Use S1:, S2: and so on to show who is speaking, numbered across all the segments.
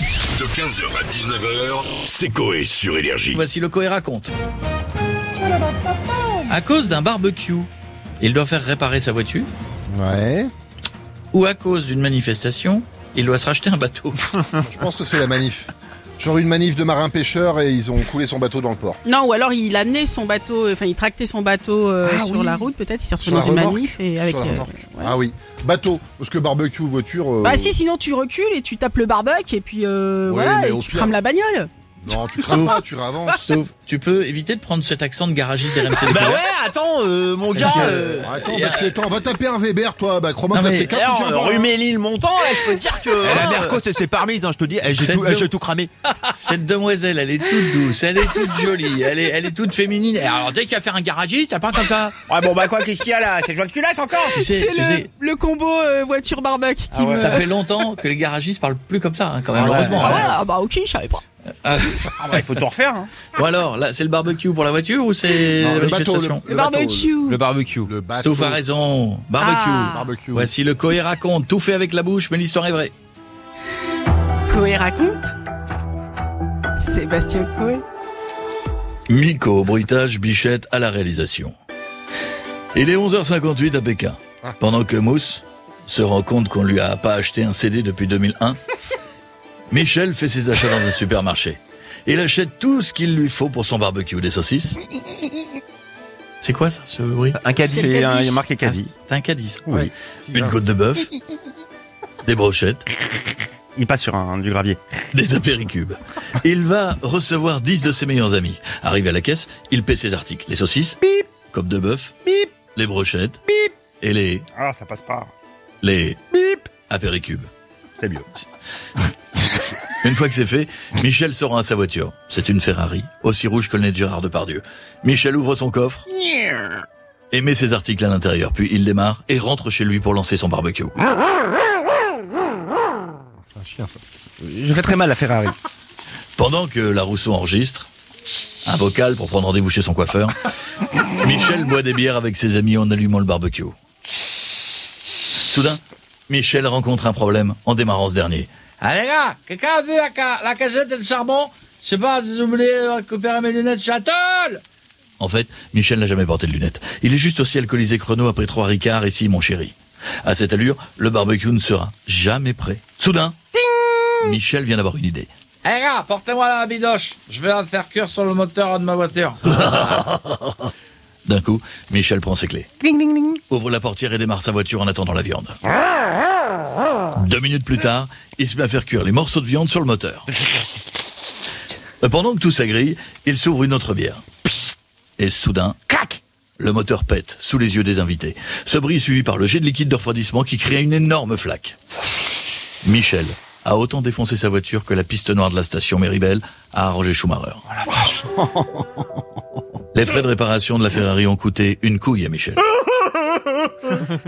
S1: De 15h à 19h, c'est Coé sur Énergie.
S2: Voici le Coé raconte. À cause d'un barbecue, il doit faire réparer sa voiture.
S3: Ouais.
S2: Ou à cause d'une manifestation, il doit se racheter un bateau.
S3: Je pense que c'est la manif. Genre une manif de marins pêcheurs et ils ont coulé son bateau dans le port.
S4: Non, ou alors il amenait son bateau, euh, enfin il tractait son bateau euh,
S3: Ah
S4: sur
S3: oui.
S4: la route peut-être, il s'est
S3: Sur
S4: retrouvé dans
S3: la
S4: une
S3: remorque.
S4: manif et avec...
S3: Sur la
S4: euh,
S3: remorque.
S4: ouais.
S3: Ah oui. Bateau. Parce que barbecue, voiture. euh,
S4: Bah si, sinon tu recules et tu tapes le barbecue et puis euh,
S3: Ouais,
S4: voilà,
S3: mais
S4: et
S3: au
S4: tu
S3: pire.
S4: crames la bagnole.
S3: Non, tu crains pas, tu avances.
S2: Sauf, tu peux éviter de prendre cet accent de garagiste d'RMC.
S5: Bah ouais, attends, euh, mon gars, euh,
S3: Attends,
S2: y a-
S3: parce que attends, va taper un Weber, toi. Bah, crois-moi
S2: Non,
S3: que la
S2: mais-
S3: C4, tu tiens
S5: alors,
S3: pas.
S5: rumez le montant, eh, je peux te dire que... la Mercos, c'est ses parmises, hein, je te dis, eh, j'ai
S2: C'est
S5: tout,
S2: de-
S5: eh, j'ai tout cramé.
S2: Cette demoiselle, elle est toute douce, elle est toute jolie, elle est, elle est toute féminine. Et Alors dès qu'il va faire un garagiste, elle part comme ça.
S5: Ouais, bon, bah quoi, qu'est-ce qu'il y a là C'est le joint de culasse encore
S2: Tu sais,
S4: C'est
S2: tu
S4: le,
S2: sais, Ah
S4: le combo euh, voiture barbecue qui me...
S2: ça fait longtemps que les garagistes parlent plus comme ça, hein, quand même.
S5: Ah ouais.
S2: heureusement.
S4: Ah ouais, ah bah ok, je savais pas.
S5: Ah bah, il faut tout refaire, hein.
S2: Ou alors, là, c'est le barbecue pour la voiture ou c'est la
S3: Non, le bateau,
S2: manifestation
S4: Le,
S3: bateau,
S4: barbecue.
S5: Le barbecue.
S3: Le bateau.
S2: Stouff a raison. Barbecue.
S4: Ah.
S3: Barbecue.
S2: Voici le Coé raconte. Tout fait avec la bouche, mais l'histoire est vraie.
S4: Coé raconte. Sébastien Coé.
S2: Miko, bruitage, bichette à la réalisation. Il est 11h58 à Pékin.
S3: Ah.
S2: Pendant que Mousse se rend compte qu'on lui a pas acheté un CD depuis 2001, Michel fait ses achats dans un supermarché. Il achète tout ce qu'il lui faut pour son barbecue. Des saucisses. C'est quoi ça, ce bruit Ah,
S5: Un caddie,
S4: C'est le
S5: Ah, c'est un,
S4: caddie.
S5: il y a marqué caddie.
S2: C'est un caddie.
S3: Oui.
S2: Une côte de bœuf. Des brochettes.
S5: Il passe sur un, du gravier.
S2: des apéricubes. Il va recevoir 10 de ses meilleurs amis. Arrivé à la caisse, il paie ses articles. Les saucisses,
S5: Bip.
S2: Copes de bœuf,
S5: Bip.
S2: Les brochettes,
S5: Bip.
S2: Et les,
S5: Ah, ça passe pas.
S2: les
S5: Bip.
S2: apéricubes.
S5: C'est mieux.
S2: Une fois que c'est fait, Michel se rend à sa voiture. C'est une Ferrari, aussi rouge que le nez de Gérard Depardieu. Michel ouvre son coffre et met ses articles à l'intérieur. Puis il démarre et rentre chez lui pour lancer son barbecue.
S3: C'est un chien, ça.
S5: Je fais très mal la Ferrari.
S2: Pendant que la Rousseau enregistre, un vocal pour prendre rendez-vous chez son coiffeur, Michel boit des bières avec ses amis en allumant le barbecue. Soudain, Michel rencontre un problème en démarrant ce dernier. Allez Ah, les gars, quelqu'un a vu la, ca- la casette et le charbon Je sais pas, j'ai oublié de récupérer mes lunettes Châtel En fait, Michel n'a jamais porté de lunettes. Il est juste aussi alcoolisé que Renaud après trois ricards et six, mon chéri. À cette allure, le barbecue ne sera jamais prêt. Soudain, Michel vient d'avoir une idée. Hé Eh, gars, portez-moi la bidoche. Je vais la faire cuire sur le moteur de ma voiture. D'un coup, Michel prend ses clés. Ouvre la portière et démarre sa voiture en attendant la viande. Deux minutes plus tard, il se met à faire cuire les morceaux de viande sur le moteur. Euh, Pendant que tout s'agrille, il s'ouvre une autre bière. Et soudain,
S5: Clac
S2: le moteur pète sous les yeux des invités. Ce bruit est suivi par le jet de liquide de refroidissement qui crée une énorme flaque. Michel a autant défoncé sa voiture que la piste noire de la station Méribel à Roger Schumacher. Les frais de réparation de la Ferrari ont coûté une couille à Michel.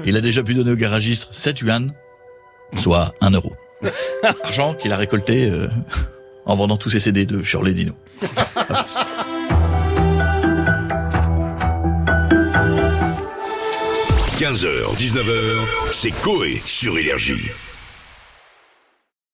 S2: Il a déjà pu donner au garagiste 7 yuan, soit 1 euro. Argent qu'il a récolté euh, en vendant tous ses CD de Shirley Dino.
S1: h 19h, c'est Coé sur Énergie.